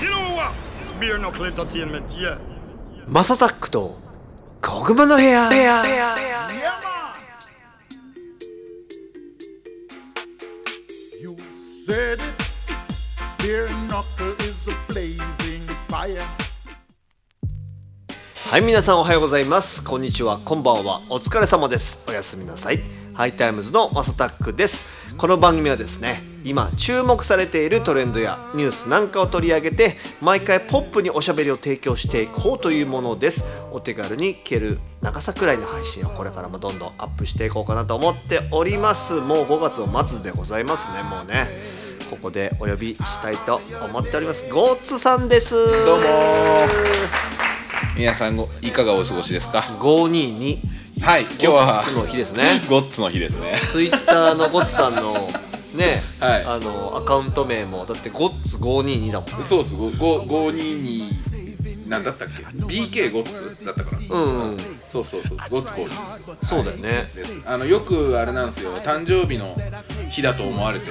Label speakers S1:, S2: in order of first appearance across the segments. S1: You know what? It's beer knuckle entertainment, yeah.
S2: マサタックと小熊の部屋部屋部屋
S1: Yeah, man.
S3: You said it. Beer knuckle is a blazing fire.
S2: はい皆さんおはようございますこんにちはこんばんはお疲れ様ですおやすみなさいハイタイムズのマサタックですこの番組はですね今注目されているトレンドやニュースなんかを取り上げて毎回ポップにおしゃべりを提供していこうというものですお手軽に聞ける長さくらいの配信をこれからもどんどんアップしていこうかなと思っておりますもう5月を末でございますねもうねここでお呼びしたいと思っておりますゴーツさんです
S4: どうも皆さんごいかがお過ごしですか
S2: 522
S4: はい今日は
S2: ゴッツの日ですね
S4: ゴッツの日ですね
S2: ツイッターのゴッツさんのね、
S4: はい
S2: あのアカウント名もだってゴッツ522だもん
S4: そうですごご522なんだったっけ BK ゴッツだったから
S2: うん、うん、
S4: そうそうそうゴッツ5
S2: そうだよね
S4: ですあのよくあれなんですよ誕生日の日だと思われて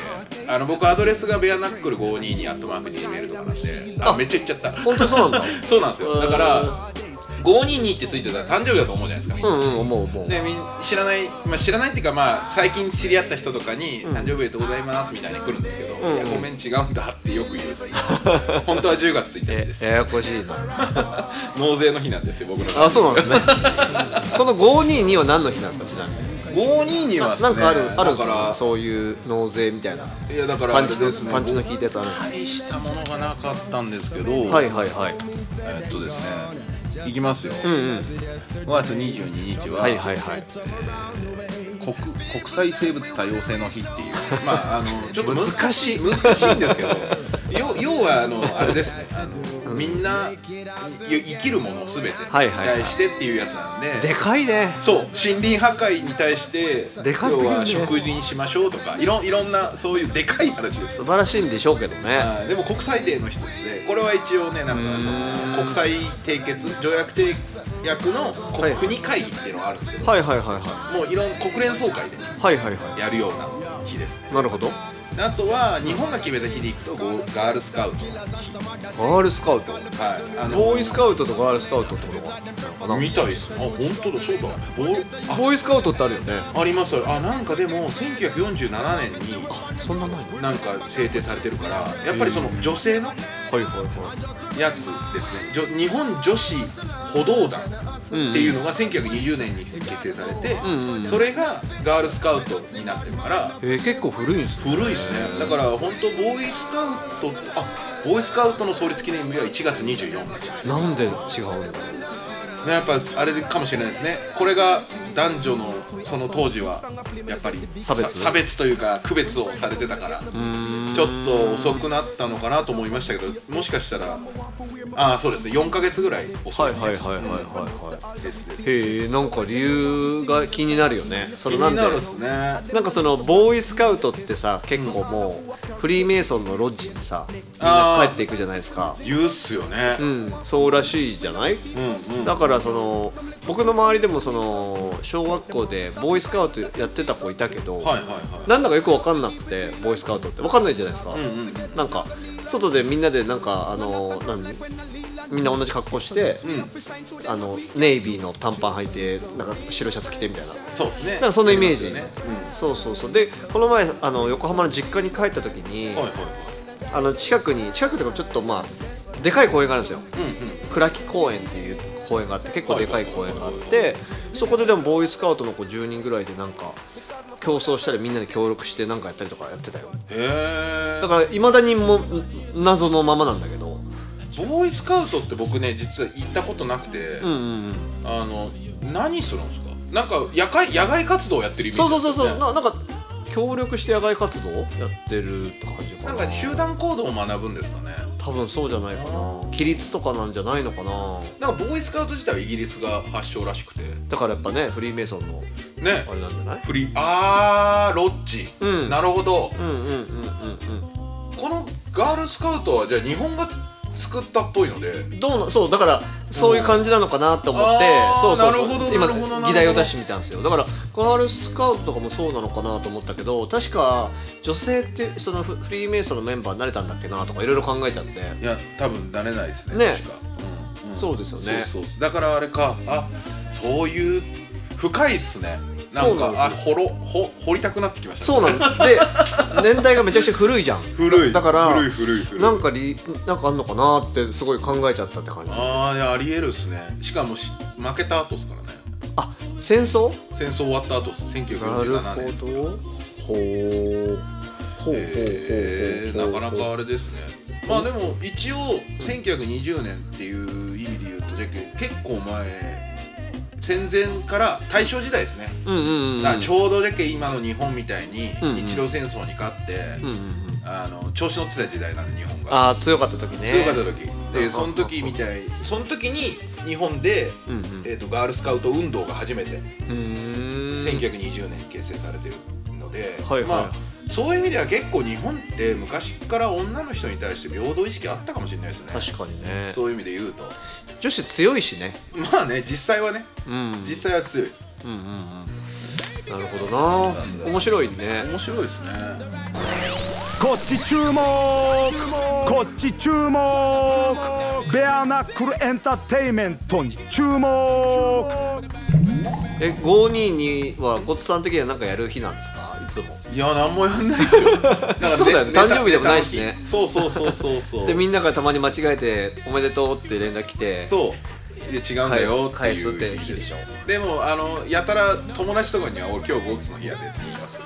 S4: あの僕アドレスがベアナックル522アットマーク Gmail とかなんであ
S2: あ
S4: めっちゃ言っちゃった
S2: 本当にそうなんだ
S4: そうなんですよだから522ってついてたら誕生日だと思うじゃないですかみん
S2: う
S4: なん
S2: うん思う思う
S4: でみん知らない、まあ、知らないっていうか、まあ、最近知り合った人とかに「誕生日おめでとうございます」みたいに来るんですけど「いやごめん違うんだ」ってよく言うんですよ 本当は10月1日
S2: え
S4: です
S2: ややこしいな
S4: 納税の日なんですよ僕の
S2: あそうなんですね この522は何の日なんですかちなみに
S4: 522はです
S2: な
S4: ね
S2: んかあるあるんで
S4: だ
S2: す
S4: か
S2: からそういう納税みたいな
S4: ういやだから
S2: パ
S4: あ
S2: ン
S4: れ
S2: チの、
S4: ですね
S2: パンチの効いたやつある
S4: 大したものがなかったんですけど、
S2: はいはいはい
S4: えっとですねいきますよ、
S2: うん
S4: 5
S2: うん
S4: 月22日は、
S2: はいはいはい
S4: 国国際生物多様性の日っていう、ま あ、あのちょっとむ
S2: 難しい
S4: 難しいんですけど、 要要はあのあれですね、あのみんなよ生きるものすべてに
S2: はい
S4: 対
S2: はいはい
S4: してっていうやつなんで。
S2: でかいね
S4: そう森林破壊に対して
S2: でかすぎるね
S4: 要は植林しましょうとかいろいろんなそういうでかい話です
S2: 素晴らしいんでしょうけどね
S4: あーでも国際デーの一つでこれは一応ねなんかあの国際締結条約締約の国,、
S2: はい
S4: 国会議っていうのがあるんですけど
S2: はいはいはいは
S4: もういろん国連総会で
S2: いはいはいは
S4: やるような日ですね
S2: いなるほど
S4: あとは日本が決めた日でいくとゴーガールスカウトの日、はい、
S2: ガールスカウト
S4: あの
S2: ボーイスカウトとガールスカウトってことかなのかな
S4: みたいですあ本当だそうだボーあ
S2: ボーイスカウトってあるよね
S4: ありますあなんかでも1947年に
S2: そんな前の
S4: なんか制定されてるからやっぱりその女性の
S2: はいはいは
S4: やつですねじょ日本女子歩道団っていうのが1920年に結成されて、
S2: んうん
S4: それがガールスカウトになってるから
S2: いえー、結構古いんですね
S4: 古いですねだから本当ボーイスカウトあボーイスカウトの創立記念日は1月24日です
S2: なんで違うんだろう
S4: ねやっぱあれかもしれないですねこれが男女のその当時はやっぱり
S2: 差別
S4: さ差別というか区別をされてたからちょっと遅くなったのかなと思いましたけどもしかしたらああそうですね4ヶ月ぐらい遅いですね、
S2: はいはいは
S4: ですです
S2: へえんか理由が気になるよねそれ
S4: 気に
S2: なんで
S4: なるっすね
S2: なんかそのボーイスカウトってさ結構もうフリーメイソンのロッジにさみん
S4: あ
S2: な
S4: ー
S2: 帰っていくじゃないですか
S4: 言うっすよね、
S2: うんそうらしいじゃない
S4: うんうん
S2: だからその僕の周りでもその小学校でボーイスカウトやってた子いたけど、
S4: はいはいはい
S2: なんだかよく分かんなくてボーイスカウトって分かんないじゃないですか、
S4: うんうん
S2: なんか外でみんなでなんかあの何みんな同じ格好して、あのネイビーの短パン履いてなんか白シャツ着てみたいな
S4: そうですね
S2: なんかそのイメージ、
S4: あります
S2: そ
S4: よね
S2: うそうそうでこの前あの横浜の実家に帰った時に、
S4: うん、はいはい
S2: あの近くに近くというかちょっとまあでかい公園があるんですよ
S4: うんうん
S2: 倉木公園っていう公園があって結構でかい公園があってそこででもボーイスカウトの子10人ぐらいでなんか競争したりみんなで協力してなんかやったりとかやってたよ
S4: へえ
S2: だからいまだにもん謎のままなんだけど
S4: ボーイスカウトって僕ね実は行ったことなくて、
S2: うんうんうん
S4: あの何するんですかなんか野外野外活動をやってるイメ
S2: そ
S4: ー
S2: う
S4: ジ
S2: そうそう
S4: ですよ
S2: そう
S4: ね
S2: ななんか協力して野外活動やってるって感じかな
S4: なんか集団行動を学ぶんですかね
S2: 多分そうじゃないかな規律とかなんじゃないのかな
S4: なんかボーイスカウト自体はイギリスが発祥らしくて
S2: だからやっぱねフリーメイソンの
S4: ね
S2: あれなんじゃない
S4: フリーあーロッジ、
S2: うん
S4: なるほど
S2: うんうんうんうんうん
S4: このガールスカウトはじゃあ日本が作ったっぽいので
S2: どうなそうだからそういう感じなのかなと思って、
S4: あー
S2: そうそう
S4: なるほどなるほどなるほ
S2: 今
S4: ど
S2: 議題を出してみたんですよだからガールスカウトとかもそうなのかなと思ったけど確か女性ってそのフフリーメイソンのメンバーになれたんだっけなとかいろいろ考えちゃって
S4: いや多分なれないですね
S2: ね
S4: 確か、うんん
S2: そうですよね
S4: そうそうそうだからあれかあそういう深いっすねなん
S2: そうなん
S4: か
S2: ですよ
S4: あ掘ろ掘掘りたくなってきましたね
S2: そうなので年代がめちゃくちゃ古いじゃん
S4: 古い
S2: だから
S4: 古い古い古い
S2: なんかりなんかあんのかなってすごい考えちゃったって感じあ
S4: ああいやありえるっすねしかもし負けた後っすからね
S2: 戦争
S4: 戦争終わった後っす
S2: なる
S4: 1947
S2: ほ
S4: 年っす
S2: どほうほうほうほうほうほう
S4: えーなかなかあれですねまあでも一応1920年っていう意味で言うとじゃあ結構前戦前から大正時代ですね、
S2: うんうんうん
S4: だからちょうどじゃけ今の日本みたいに
S2: うんうん
S4: 日露戦争に勝って、
S2: うんうんうん
S4: あの調子乗ってた時代なんで日本が
S2: ああ強かった時ね
S4: 強かった時
S2: う
S4: で
S2: ん
S4: その時みたいその時に日本で、
S2: うんうん
S4: えー、とガールスカウト運動が初めて
S2: うーん
S4: 1920年に結成されてるので、
S2: はいはい
S4: まあ、そういう意味では結構日本って昔から女の人に対して平等意識あったかもしれないですね
S2: 確かにね
S4: そういう意味で言うと
S2: 女子強いしね
S4: まあね実際はね
S2: うん
S4: 実際は強いです
S2: うんうんうんなるほど
S4: なんだ
S2: な面白いね
S4: 面白いですね
S3: こっち注目こっち注目ベアナックルエンターテイメントに注目
S2: え522はごつさん的には何かやる日なんですかいつも
S4: いや何もやんないです よだからね
S2: そうだよね
S4: ネタ
S2: 誕生日でもないしね
S4: ネタの日そうそうそうそうそ う
S2: でみんなからたまに間違えて「おめでとう」って連絡来て
S4: そうで違うんだよっていう
S2: 返す返すって日でしょ
S4: でもあのやたら友達とかには「俺今日ゴッツの日やで」って言います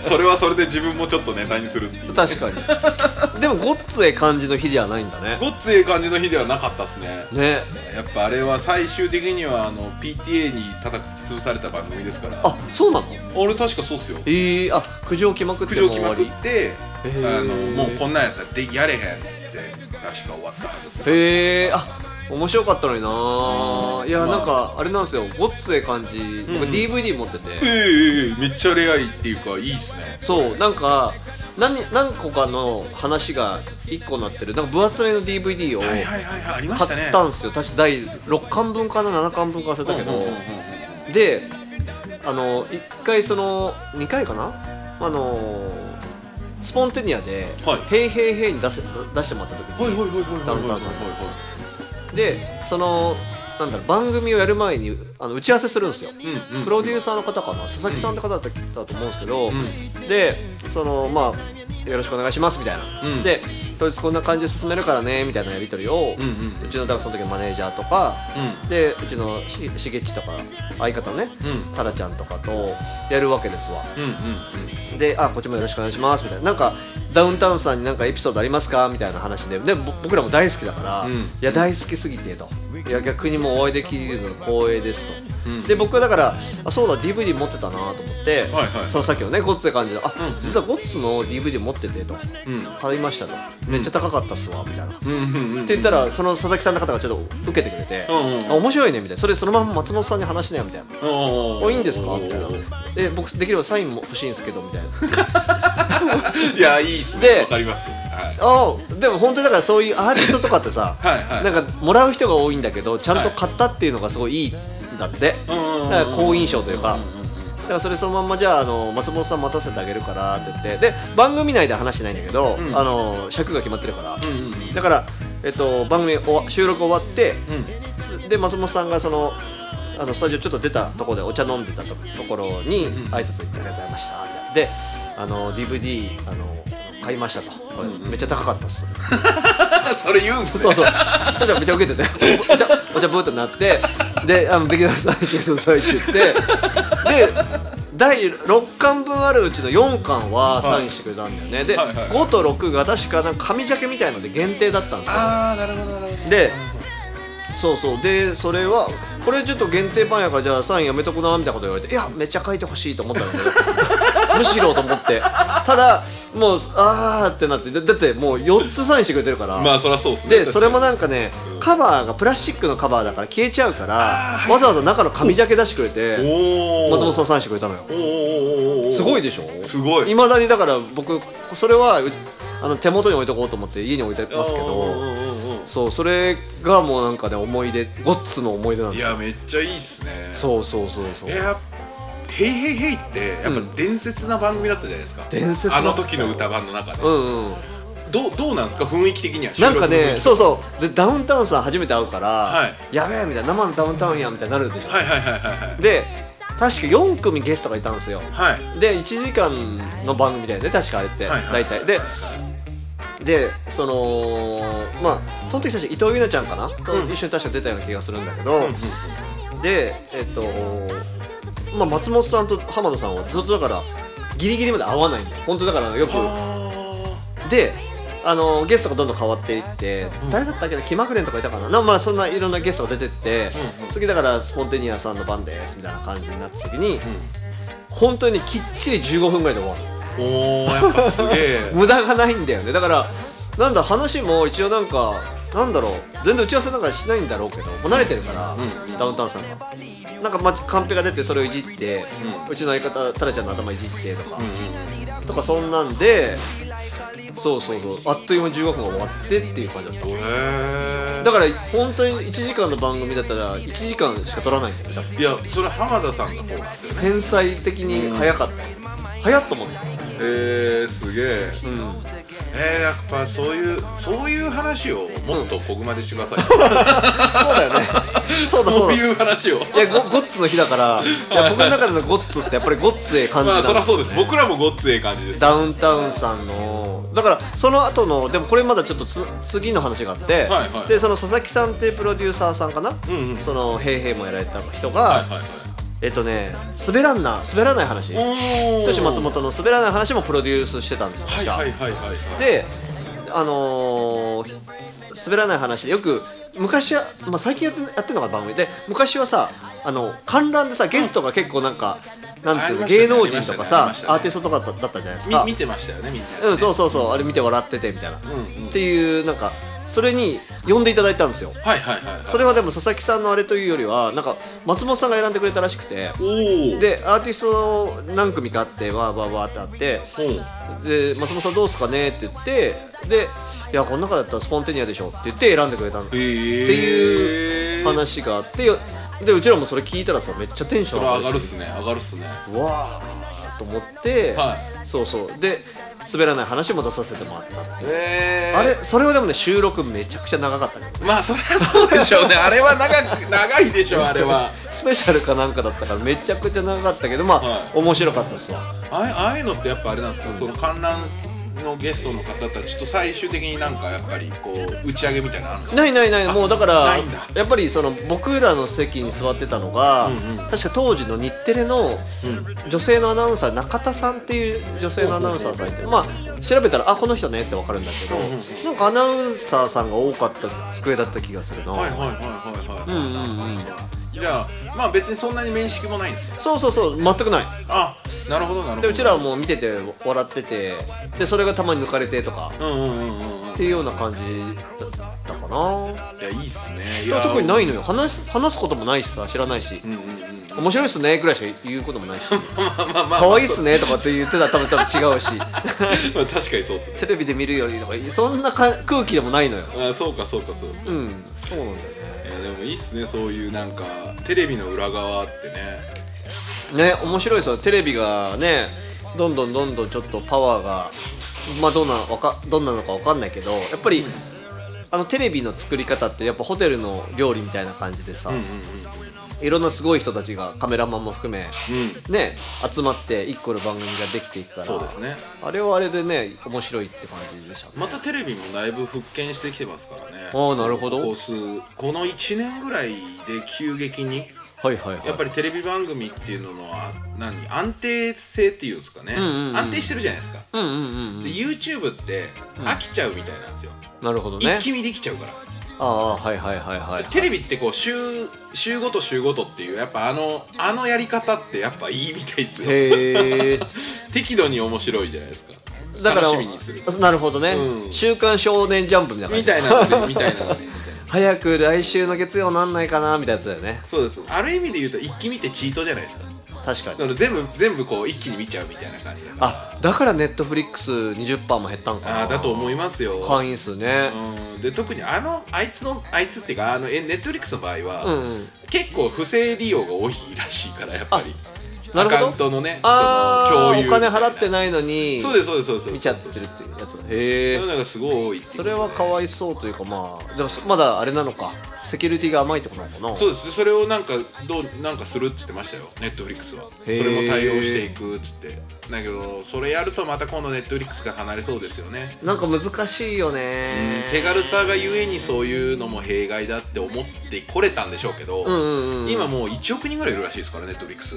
S4: それはそれで自分もちょっとネタにするっていう
S2: 確 かにでもごっつええ感じの日ではないんだね
S4: ごっつい感じの日ではなかったっすね
S2: ね
S4: やっぱあれは最終的にはあの PTA に叩き潰された番組ですから
S2: あそうなの
S4: 俺確かそうっすよ
S2: ええあ苦情来まくって
S4: 苦
S2: もう
S4: 情来
S2: 終
S4: ま
S2: わ
S4: く
S2: り
S4: って、
S2: ー
S4: あのもうこんなんやったらでやれへんっつって確か終わったはずっす
S2: へえあ面白かったのにな
S4: うん
S2: いや、
S4: まあ
S2: なんかあれなんですよごっつええ感じ、僕 DVD 持ってて、
S4: ええええめっちゃレアいっていうかいいっすね
S2: そうなんか何何個かの話が1個になってるなんか分厚めの DVD を
S4: はい
S2: 買
S4: はいはいはいありましたね
S2: ったんですよ確か第6巻分かな7巻分か忘れたけど、
S4: うんうんうんうん
S2: であの1回その2回かなあのスポンテニアで
S4: はい
S2: 「ヘイヘイヘイ」に出せ出してもらった時に、
S4: はいはいはいはいはい
S2: ダウンタウンさん
S4: は
S2: でそのなんだろう番組をやる前にあの打ち合わせするんですよ、
S4: うんうん
S2: プロデューサーの方かな佐々木さんって方だっただと思うんですけど、
S4: ん
S2: でそのまあよろしくお願いしますみたいな、
S4: うん
S2: でとりあえずこんな感じで進めるからねみたいなやり取りを、
S4: うんうん
S2: ちのだからその時のマネージャーとか、
S4: う
S2: でうちのししげっちとか相方のね、
S4: うん
S2: タラちゃんとかとやるわけですわ、
S4: いうんうんうん
S2: で、あ、こっちもよろしくお願いしますみたいな、なんかダウンタウンさんになんかエピソードありますかみたいな話で、でぼ僕らも大好きだから、
S4: うん
S2: いや、大好きすぎてと、いや、逆にもうお会いできるの光栄ですと、で、僕はだから、あ、そうだ、DVD 持ってたなと思って、
S4: はいはい
S2: そのさっきのね、ゴッツって感じで、あ、
S4: うん
S2: 実はゴッツの DVD 持っててと、買いましたと、めっちゃ高かったっすわ、みたいな。
S4: うんうんうん
S2: って言ったらその佐々木さんの方がちょっと受けてくれて、
S4: うんうんうん
S2: あ面白いねみたいなそれそのまま松本さんに話しなよみたいな
S4: お
S2: お
S4: ー
S2: いいんですかみたいなえ僕できればサインも欲しいんですけどみたいな
S4: いやいいっす
S2: で
S4: ねわかりますはい
S2: ああでも本当にだからそういうアーティストとかってさ
S4: はいはい
S2: なんかもらう人が多いんだけどちゃんと買ったっていうのがすごいいいんだって、
S4: うんうんうんうん
S2: だから好印象というか、だからそれそのまんまじゃああの松本さん待たせてあげるからって言ってで番組内では話してないんだけど、
S4: ん
S2: あの尺が決まってるから、
S4: うんうん
S2: だから、えっと、番組おわ収録終わって、
S4: うん
S2: で松本さんがそのあのスタジオちょっと出たところでお茶飲んでたとところに挨拶行ってありがとうございましたみたいなであの DVD あの買いましたと、これめっちゃ高かったっす
S4: それ言うんすね
S2: そうそうそしたらめっちゃウケててお茶お茶ブーってなってであのできなさいできなさいって言ってで第6巻分あるうちの4巻はサインしてくれたんだよね、で、
S4: はいはい
S2: 5と6が確かなんか紙ジャケみたいので限定だったんですよ
S4: ああなるほどなるほど
S2: でそうそうでそれはこれちょっと限定版やからじゃあサインやめとくなみたいなこと言われていやめっちゃ書いてほしいと思ったんだけど むしろと思ってただもうあーってなってだだってもう4つサインしてくれてるから、
S4: まあそりゃそうっすね
S2: でそれ
S4: も
S2: もなんかねカバーがプラスチックのカバーだから消えちゃうからわざわざ中の紙ジャケ出してくれて
S4: おお
S2: 松本さんサインしてくれたのよ
S4: おーおーおーおー
S2: すごいでしょ
S4: すごい
S2: いまだにだから僕それはうあの手元に置いとこうと思って家に置いてますけ
S4: うんう
S2: ど
S4: んうんうん
S2: そうそれがもうなんかね思い出ゴッツの思い出なん
S4: い
S2: ですよ
S4: やめっちゃいいっすね
S2: そうそうそうそう
S4: いや「ヘイヘイヘイ」ってやっぱ伝説な番組だったじゃないですか、
S2: 伝説の
S4: あの時の歌番の中で、
S2: うんうん
S4: どうどうなんですか雰囲気的には
S2: なんか
S4: 収録の雰囲
S2: ね
S4: 気
S2: そうそうでダウンタウンさん初めて会うから、
S4: は
S2: やべえみたいな生のダウンタウンやみたいになるでしょ、
S4: はいはいはいはいはい
S2: で確か4組ゲストがいたんですよ
S4: はい
S2: で1時間の番組だよね確かあれって、
S4: はいは
S2: 大
S4: い
S2: 体ででそのまあその時確か伊藤優奈ちゃんかな、と一緒に確か出たような気がするんだけど、でえっとまあ松本さんと浜田さんはずっとだからギリギリまで会わないんだよ本当だからよく
S4: あ
S2: であのゲストがどんどん変わっていって、誰だったっけな気まぐれんとかいたかななまあそんないろんなゲストが出てって、次だからスポンテニアさんの番ですみたいな感じになった時に、本当にきっちり15分ぐらいで終わる
S4: ーおーやっぱすげえ
S2: 無駄がないんだよねだからなんだ話も一応なんかなんだろう全然打ち合わせなんかしないんだろうけどもう慣れてるから、ダウンタウンさんがなんかまあカンペが出てそれをいじって、うちの相方タラちゃんの頭いじってとか、とかそんなんでそうそうそうあっという間に15分が終わってっていう感じだった
S4: へー
S2: だから本当に1時間の番組だったら1時間しか取らないんだよね多分
S4: いやそれ浜田さんがそうなんですよね
S2: 天才的に早かった、早っと思った
S4: えー、すげえ、えー、やっぱそういうそういう話をもっと小熊でしてください、
S2: そうだよねそうだ
S4: そ
S2: そううだ
S4: いう話を
S2: いやゴゴッツの日だからいや僕の中でのゴッツってやっぱりゴッツええ感じ
S4: ま
S2: な
S4: あ
S2: んだ
S4: そりゃそうです僕らもごっつええ感じです
S2: ダウンタウンさんのだからその後のでもこれまだちょっとつ次の話があって、
S4: はいはい
S2: でその佐々木さんっていうプロデューサーさんかな、
S4: んうん
S2: その「へいへい」もやられた人が、
S4: はいはいはい
S2: えっとね滑らんな滑らない話
S4: おー
S2: 人志松本の滑らない話もプロデュースしてたんですよ
S4: は
S2: 確
S4: い
S2: か、
S4: はいはいはいはい
S2: であのー滑らない話でよく昔は、まあ、最近やってやってるのが番組で昔はさあの観覧でさゲストが結構なんか、なんていうの、
S4: あり
S2: 芸
S4: ま
S2: 能
S4: したね
S2: 人とか
S4: あり
S2: さ、
S4: ましたね
S2: アーティストとかだだったじゃないです
S4: み
S2: か
S4: 見てましたよねみんな、
S2: うん、そうそうそうあれ見て笑っててみたいな、
S4: んうん
S2: っていうなんかそれに呼んでいただいたんですよ
S4: はいはいはいはい
S2: それはでも佐々木さんのあれというよりはなんか松本さんが選んでくれたらしくて
S4: おお
S2: でアーティスト何組かあってわーわーわーってあってで松本さんどうっすかねって言ってでいやこの中だったらスポンテニアでしょって言って選んでくれたの、
S4: えー、
S2: っていう話があってでうちらもそれ聞いたらさめっちゃテンション
S4: それは上がるっ
S2: し
S4: すね上がるっすね
S2: わーと思って、
S4: は
S2: そうそうで滑らない話も出させてもらったっていう
S4: えー、
S2: あれそれはでもね収録めちゃくちゃ長かったね
S4: まあそりゃそうでしょうねあれは長く長いでしょうあれは
S2: スペシャルかなんかだったからめちゃくちゃ長かったけどまあ、
S4: は
S2: 面白かったですわ
S4: ああああいうのってやっぱあれなんですか、その観覧のゲストの方たちと最終的になんかやっぱりこう打ち上げみたいなのあるんですか
S2: ないないないもうだから
S4: ないんだ
S2: やっぱりその僕らの席に座ってたのが、確か当時の日テレの女性のアナウンサー中田さんっていう女性のアナウンサーさんいてまあ調べたらあこの人ねってわかるんだけど、なんかアナウンサーさんが多かった机だった気がするな、
S4: はいはいはいはいはい、うんうんうん、じゃあまあ別にそんなに面識もないんですか
S2: そうそうそう全くない
S4: あなるほどなるほど
S2: でうちらはもう見てて笑っててでそれがたまに抜かれてとか
S4: うんうんうんうんうん
S2: っていうような感じだったかない
S4: やいいっすねい
S2: い
S4: や
S2: や特にないのよ話す話すこともないしさ知らないし、
S4: うんうんうん
S2: 面白いっすねぐらいしか言うこともないし
S4: まあまあまあ
S2: 可愛いっすねとかって言ってたら多分多分違うし
S4: まあ確かにそうっすね
S2: テレビで見るよりとかそんなか空気でもないのよ
S4: あそうかそうかそうか、
S2: うんそうなんだよ
S4: いやでもいいっすねそういうなんかテレビの裏側ってね
S2: ねね面白いですよテレビがねどんどんどんどんちょっとパワーがまあどんなわかどんなのかわかんないけどやっぱり、あのテレビの作り方ってやっぱホテルの料理みたいな感じでさ、いろんなすごい人たちがカメラマンも含め、ね集まって一個の番組ができていくから
S4: そうですね
S2: あれはあれでね面白いって感じでしたね
S4: またテレビもだいぶ復権してきてますからね
S2: ああなるほど
S4: ここ数この1年ぐらいで急激に
S2: はいはいはい
S4: やっぱりテレビ番組っていうのは何安定性っていうんですかね、安定してるじゃないですか、
S2: うんうんうんうん
S4: で YouTube って飽きちゃうみたいなんですよ、
S2: なるほどね
S4: 一気見できちゃうから、
S2: ああはいはいはいはい
S4: でテレビってこう週週ごと週ごとっていうやっぱあのあのやり方ってやっぱいいみたいですよ
S2: へえ
S4: 適度に面白いじゃないですか
S2: だから
S4: 楽しみにする
S2: なるほどね、
S4: うん
S2: 週刊少年ジャンプみたいな感
S4: み
S2: じ
S4: たいなのでみたいなのでみたいな
S2: 早く来週の月曜なんないかなみたいなやつだよね
S4: そうですある意味で言うと一気見ってチートじゃないですか
S2: 確かに
S4: だから全部全部こう一気に見ちゃうみたいな感じだから
S2: あだからネットフリックス20%も減ったんかな
S4: ああーだと思いますよ
S2: 会員数ね、
S4: うんで特にあのあいつのあいつっていうかあのえネットフリックスの場合は、
S2: んうん
S4: 結構不正利用が多いらしいからやっぱり
S2: な
S4: ア
S2: るほど
S4: カウントのね
S2: あ
S4: その
S2: あ
S4: 共有
S2: お金払って
S4: い
S2: ないのに
S4: そうですそうですそうです
S2: 見ちゃってるっていうやつだへ
S4: そう
S2: え
S4: いうのがすごい多いっていう
S2: それはかわいそうというかまあでもそまだあれなのかセキュリティが甘いってことなのかな
S4: そうですねそれをなんかどうなんかするって言ってましたよネットフリックスはそ
S2: へー
S4: れも対応していくっつってだけどそれやるとまた今度ネットフリックスが離れそうですよね
S2: なんか難しいよ
S4: うん
S2: ね
S4: 手軽さがゆえにそういうのも弊害だって思ってこれたんでしょうけど、
S2: うんうんうん
S4: 今もう1億人ぐらいいるらしいですからネットフリックス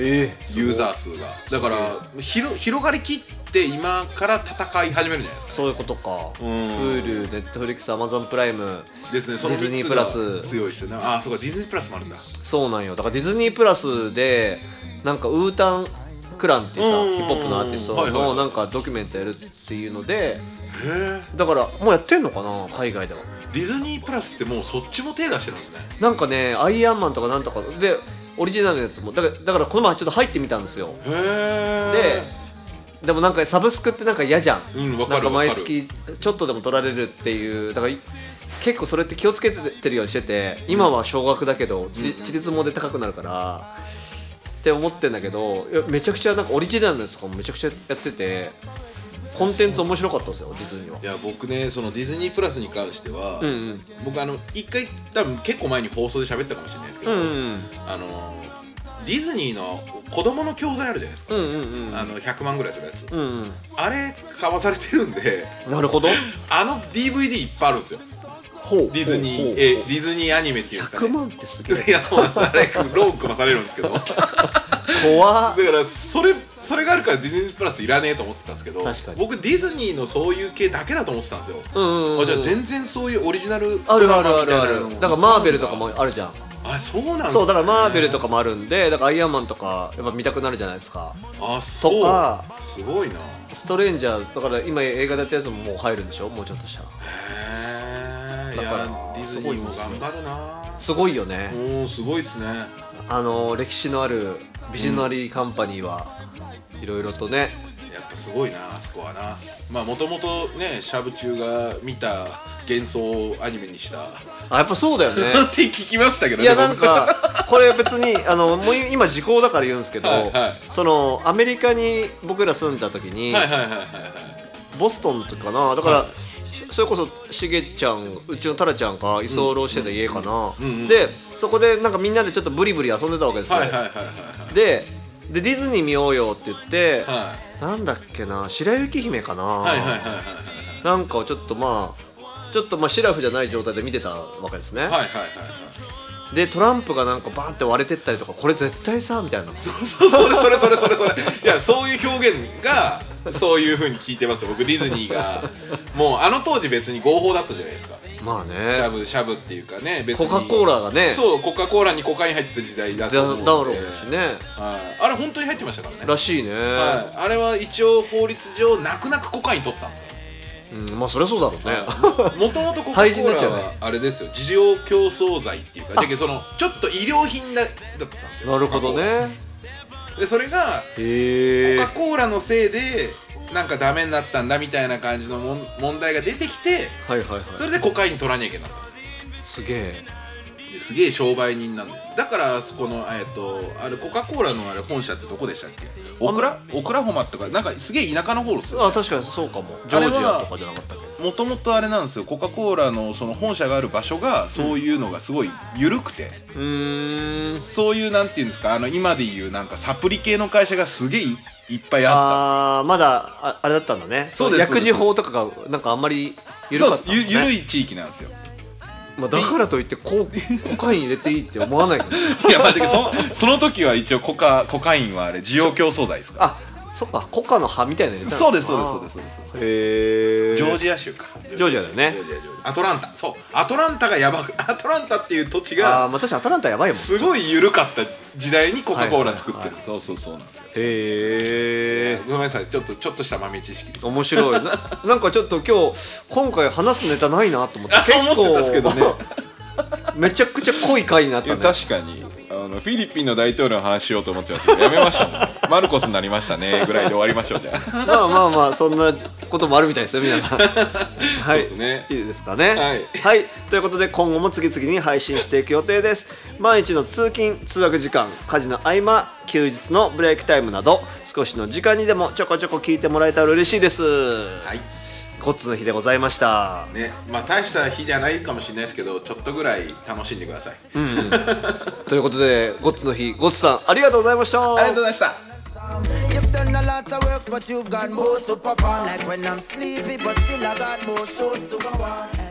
S2: ええすごい
S4: ユーザー数がだから広広がりきって今から戦い始めるんじゃないですか
S2: そういうことか
S4: ん
S2: Hulu ネットフリックスアマゾンプライム
S4: ですねその
S2: ディズニー
S4: 3つ
S2: プラス
S4: が強いですよねああそうかディズニープラスもあるんだ
S2: そうなんよだからディズニープラスでなんかウータンクランっていうさ
S4: うんうんうん
S2: ヒップホップのアーティス
S4: は
S2: ト
S4: いはいは
S2: の
S4: い
S2: なんかドキュメントやるっていうので
S4: へえ
S2: だからもうやってんのかな海外では
S4: ディズニープラスってもうそっちも手出してるんですね
S2: なんかねアイアンマンとかなんとかでオリジナルのやつもだからだからこの前ちょっと入ってみたんですよ
S4: へ
S2: で
S4: え
S2: でもなんかサブスクってなんか嫌じゃん、
S4: うんわかる
S2: なんか毎
S4: わかる。
S2: 月ちょっとでも取られるっていうだからい結構それって気をつけてるようにしてて今は少額だけどちちりつもで高くなるからって思ってんだけどいやめちゃくちゃなんかオリジナルのやつとかもめちゃくちゃやっててコンテンツ面白かったですよディズニーはい
S4: や僕ねそのディズニープラスに関しては、
S2: うんうん
S4: 僕あの一回多分結構前に放送で喋ったかもしれないですけど、
S2: うんうん
S4: あのディズニーの子供の教材あるじゃないですか、
S2: うんうん
S4: あの100万ぐらいするやつ、
S2: うんうん
S4: あれ買わされてるんで
S2: うんなるほど
S4: あの DVD いっぱいあるんですよ
S2: ほ
S4: ディズニー、えディズニーアニメっていうんですか、
S2: 100
S4: ね、
S2: 万ってすげえ
S4: いやそうなんですあれローン組まされるんですけどだか
S2: 怖っ
S4: らそれそれがあるからディズニープラスいらねえと思ってたんですけど
S2: 確かに
S4: 僕ディズニーのそういう系だけだと思ってたんですよ、
S2: うんうんうん
S4: あじゃあ全然そういうオリジナル
S2: あ
S4: ド
S2: るある
S4: ラマ
S2: あ
S4: みた
S2: る
S4: い
S2: あ
S4: なの
S2: るだからマーベルとかもあるじゃん
S4: あそうなんですね
S2: そうだからマーベルとかもあるんでだからアイアンマンとかやっぱ見たくなるじゃないですか
S4: あそう
S2: とか
S4: すごいなへ
S2: ストレンジャーだから今映画でやったやつももう入るんでしょもうちょっとしたら
S4: えい
S2: だ
S4: や
S2: から
S4: ディズニーも頑張るな
S2: すごいよね
S4: もうすごいっすね
S2: あの歴史のあるビジョナリーカンパニーはいろいろとね
S4: やっぱすごいなあそこはなまあもともとねシャブ中が見た幻想をアニメにした
S2: あやっぱそうだよね
S4: って聞きましたけど
S2: い
S4: ね
S2: やなんかこれ別にあのもう今時効だから言うんですけど、
S4: はいはい
S2: そのアメリカに僕ら住んだ時に、
S4: 僕はいはいはいはいはい
S2: ボストンとかなだから、
S4: は
S2: それこそしげちゃんうちのタラちゃんが居候してた家かな、
S4: んうんうん
S2: でそこでなんかみんなでちょっとブリブリ遊んでたわけですよ、
S4: はいはいはいはい
S2: ででディズニー見ようよって言って、
S4: は
S2: なんだっけな白雪姫かな、
S4: いはいはいはいはい
S2: なんかをちょっとまあちょっとまあシラフじゃない状態で見てたわけですね、
S4: はいはいはいはい
S2: でトランプがなんかバーンって割れてったりとかこれ絶対さみたいな
S4: そうそうそれそれそれそれそれいやそういう表現がそういうふうに聞いてます僕ディズニー がもうあの当時別に合法だったじゃないですか
S2: まあ
S4: シ
S2: ね
S4: ャブシャブっていうかね別に
S2: コカ・コーラがね
S4: そうコカ・コーラにコカイン入ってた時代だ
S2: だだ
S4: と思
S2: ろ
S4: うん
S2: う
S4: で
S2: しね
S4: はいあれ本当に入ってましたからね
S2: らしいね、
S4: はい、あれは一応法律上泣く泣くコカイン取ったんですよ
S2: うん、まあそりゃそうだろうね、
S4: もともとコカ・コ
S2: 廃止に
S4: ー
S2: なっ
S4: ラ
S2: ちゃうね
S4: はあれですよ事情競争罪っていうかだけどそのちょっと医療品だだったんですよ
S2: なるほどね
S4: でそれが
S2: へえ
S4: コカ・コーラのせいでなんかダメになったんだみたいな感じのもん問題が出てきて
S2: はいはいはい
S4: それでコカイン取らなきゃいけなかったんです
S2: す
S4: よ
S2: げえ
S4: ですげえ商売人なんですだからそこのえっとあれコカ・コーラのあれ本社ってどこでしたっけオクラオクラホマとかなんかすげえ田舎の方ですよ
S2: あ確かにそうかもジョージアとかじゃなかったっけ
S4: もともとあれなんですよコカ・コーラのその本社がある場所がそういうのがすごい緩くて、
S2: うーん
S4: そういうなんていうんですかあの今でいうなんかサプリ系の会社がすげえいいっぱいあった
S2: ああまだああれだったんだね
S4: そうです
S2: 薬事法とかがなんかあんまり緩
S4: そう
S2: か
S4: で
S2: ったんだ、
S4: すゆ
S2: ね、
S4: 緩い地域なんですよ
S2: まあ、だからといってこ うコカイン入れていいって思わないけど
S4: いやまあだけどそその時は一応コカコカインはあれ需要競争剤です
S2: あ
S4: か
S2: そっかコカの葉みたいなの入れ
S4: ら
S2: た
S4: そうですそうですそうですすそうですそうです
S2: へえ
S4: ジョージア州か
S2: ジョージアだよね
S4: ジョージアジョージアアトランタそうアトランタがやばくアトランタっていう土地
S2: あー
S4: が
S2: まあ確かにアトランタやばいもん
S4: すごい緩かった時代にコカ・コーラ作ってる、そうそうそうなんですよ
S2: へえ
S4: ごめんなさいちょっとちょっとした豆知識です
S2: 面白いななんかちょっと今日今回話すネタないな と思って
S4: 思ってたっすけどね
S2: めちゃくちゃ濃い回になっ
S4: い
S2: た
S4: や
S2: ね
S4: 確かにあの
S5: のフィリピンの大統領の話しようと思ってましたけどやめましたも んマルコスになりましたねぐらいで終わりましょうじゃあ
S2: まあまあまあそんなこともあるみたいですよ皆さ んはい
S5: そうですね
S2: いいですかね
S5: はい
S2: ということで今後も次々に配信していく予定です毎日の通勤通学時間家事の合間休日のブレイクタイムなど少しの時間にでもちょこちょこ聞いてもらえたら嬉しいです
S4: はい
S2: コッツの日でございました
S4: ねまあ大した日じゃないかもしれないですけどちょっとぐらい楽しんでください、
S2: ということでゴッツの日ゴッツさんありがとうございました
S4: ありがとうございました
S6: You've done a lot of work, but you've got more to perform. Like when I'm sleepy, but still I got more shows to go on.